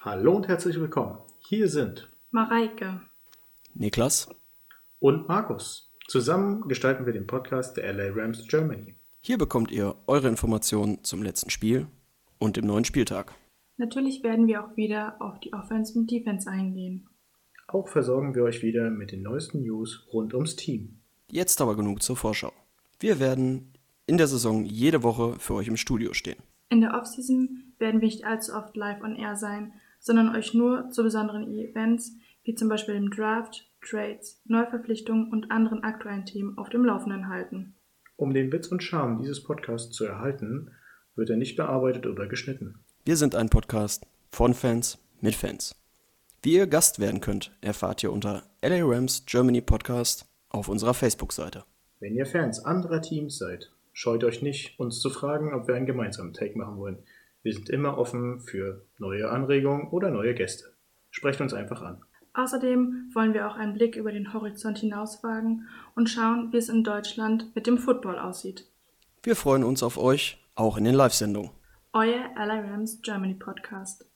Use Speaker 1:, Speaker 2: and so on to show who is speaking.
Speaker 1: Hallo und herzlich willkommen. Hier sind
Speaker 2: Mareike.
Speaker 3: Niklas.
Speaker 1: und Markus. Zusammen gestalten wir den Podcast der LA Rams Germany.
Speaker 3: Hier bekommt ihr eure Informationen zum letzten Spiel und dem neuen Spieltag.
Speaker 2: Natürlich werden wir auch wieder auf die Offense und Defense eingehen.
Speaker 1: Auch versorgen wir euch wieder mit den neuesten News rund ums Team.
Speaker 3: Jetzt aber genug zur Vorschau. Wir werden in der Saison jede Woche für euch im Studio stehen.
Speaker 2: In der Offseason werden wir nicht allzu oft live on air sein, sondern euch nur zu besonderen Events wie zum Beispiel dem Draft, Trades, Neuverpflichtungen und anderen aktuellen Themen auf dem Laufenden halten.
Speaker 1: Um den Witz und Charme dieses Podcasts zu erhalten, wird er nicht bearbeitet oder geschnitten.
Speaker 3: Wir sind ein Podcast von Fans mit Fans. Wie ihr Gast werden könnt, erfahrt ihr unter LA Rams Germany Podcast auf unserer Facebook-Seite.
Speaker 1: Wenn ihr Fans anderer Teams seid, scheut euch nicht, uns zu fragen, ob wir einen gemeinsamen Take machen wollen. Wir sind immer offen für neue Anregungen oder neue Gäste. Sprecht uns einfach an.
Speaker 2: Außerdem wollen wir auch einen Blick über den Horizont hinaus wagen und schauen, wie es in Deutschland mit dem Football aussieht.
Speaker 3: Wir freuen uns auf euch, auch in den Live-Sendungen.
Speaker 2: Euer LRMs Germany Podcast.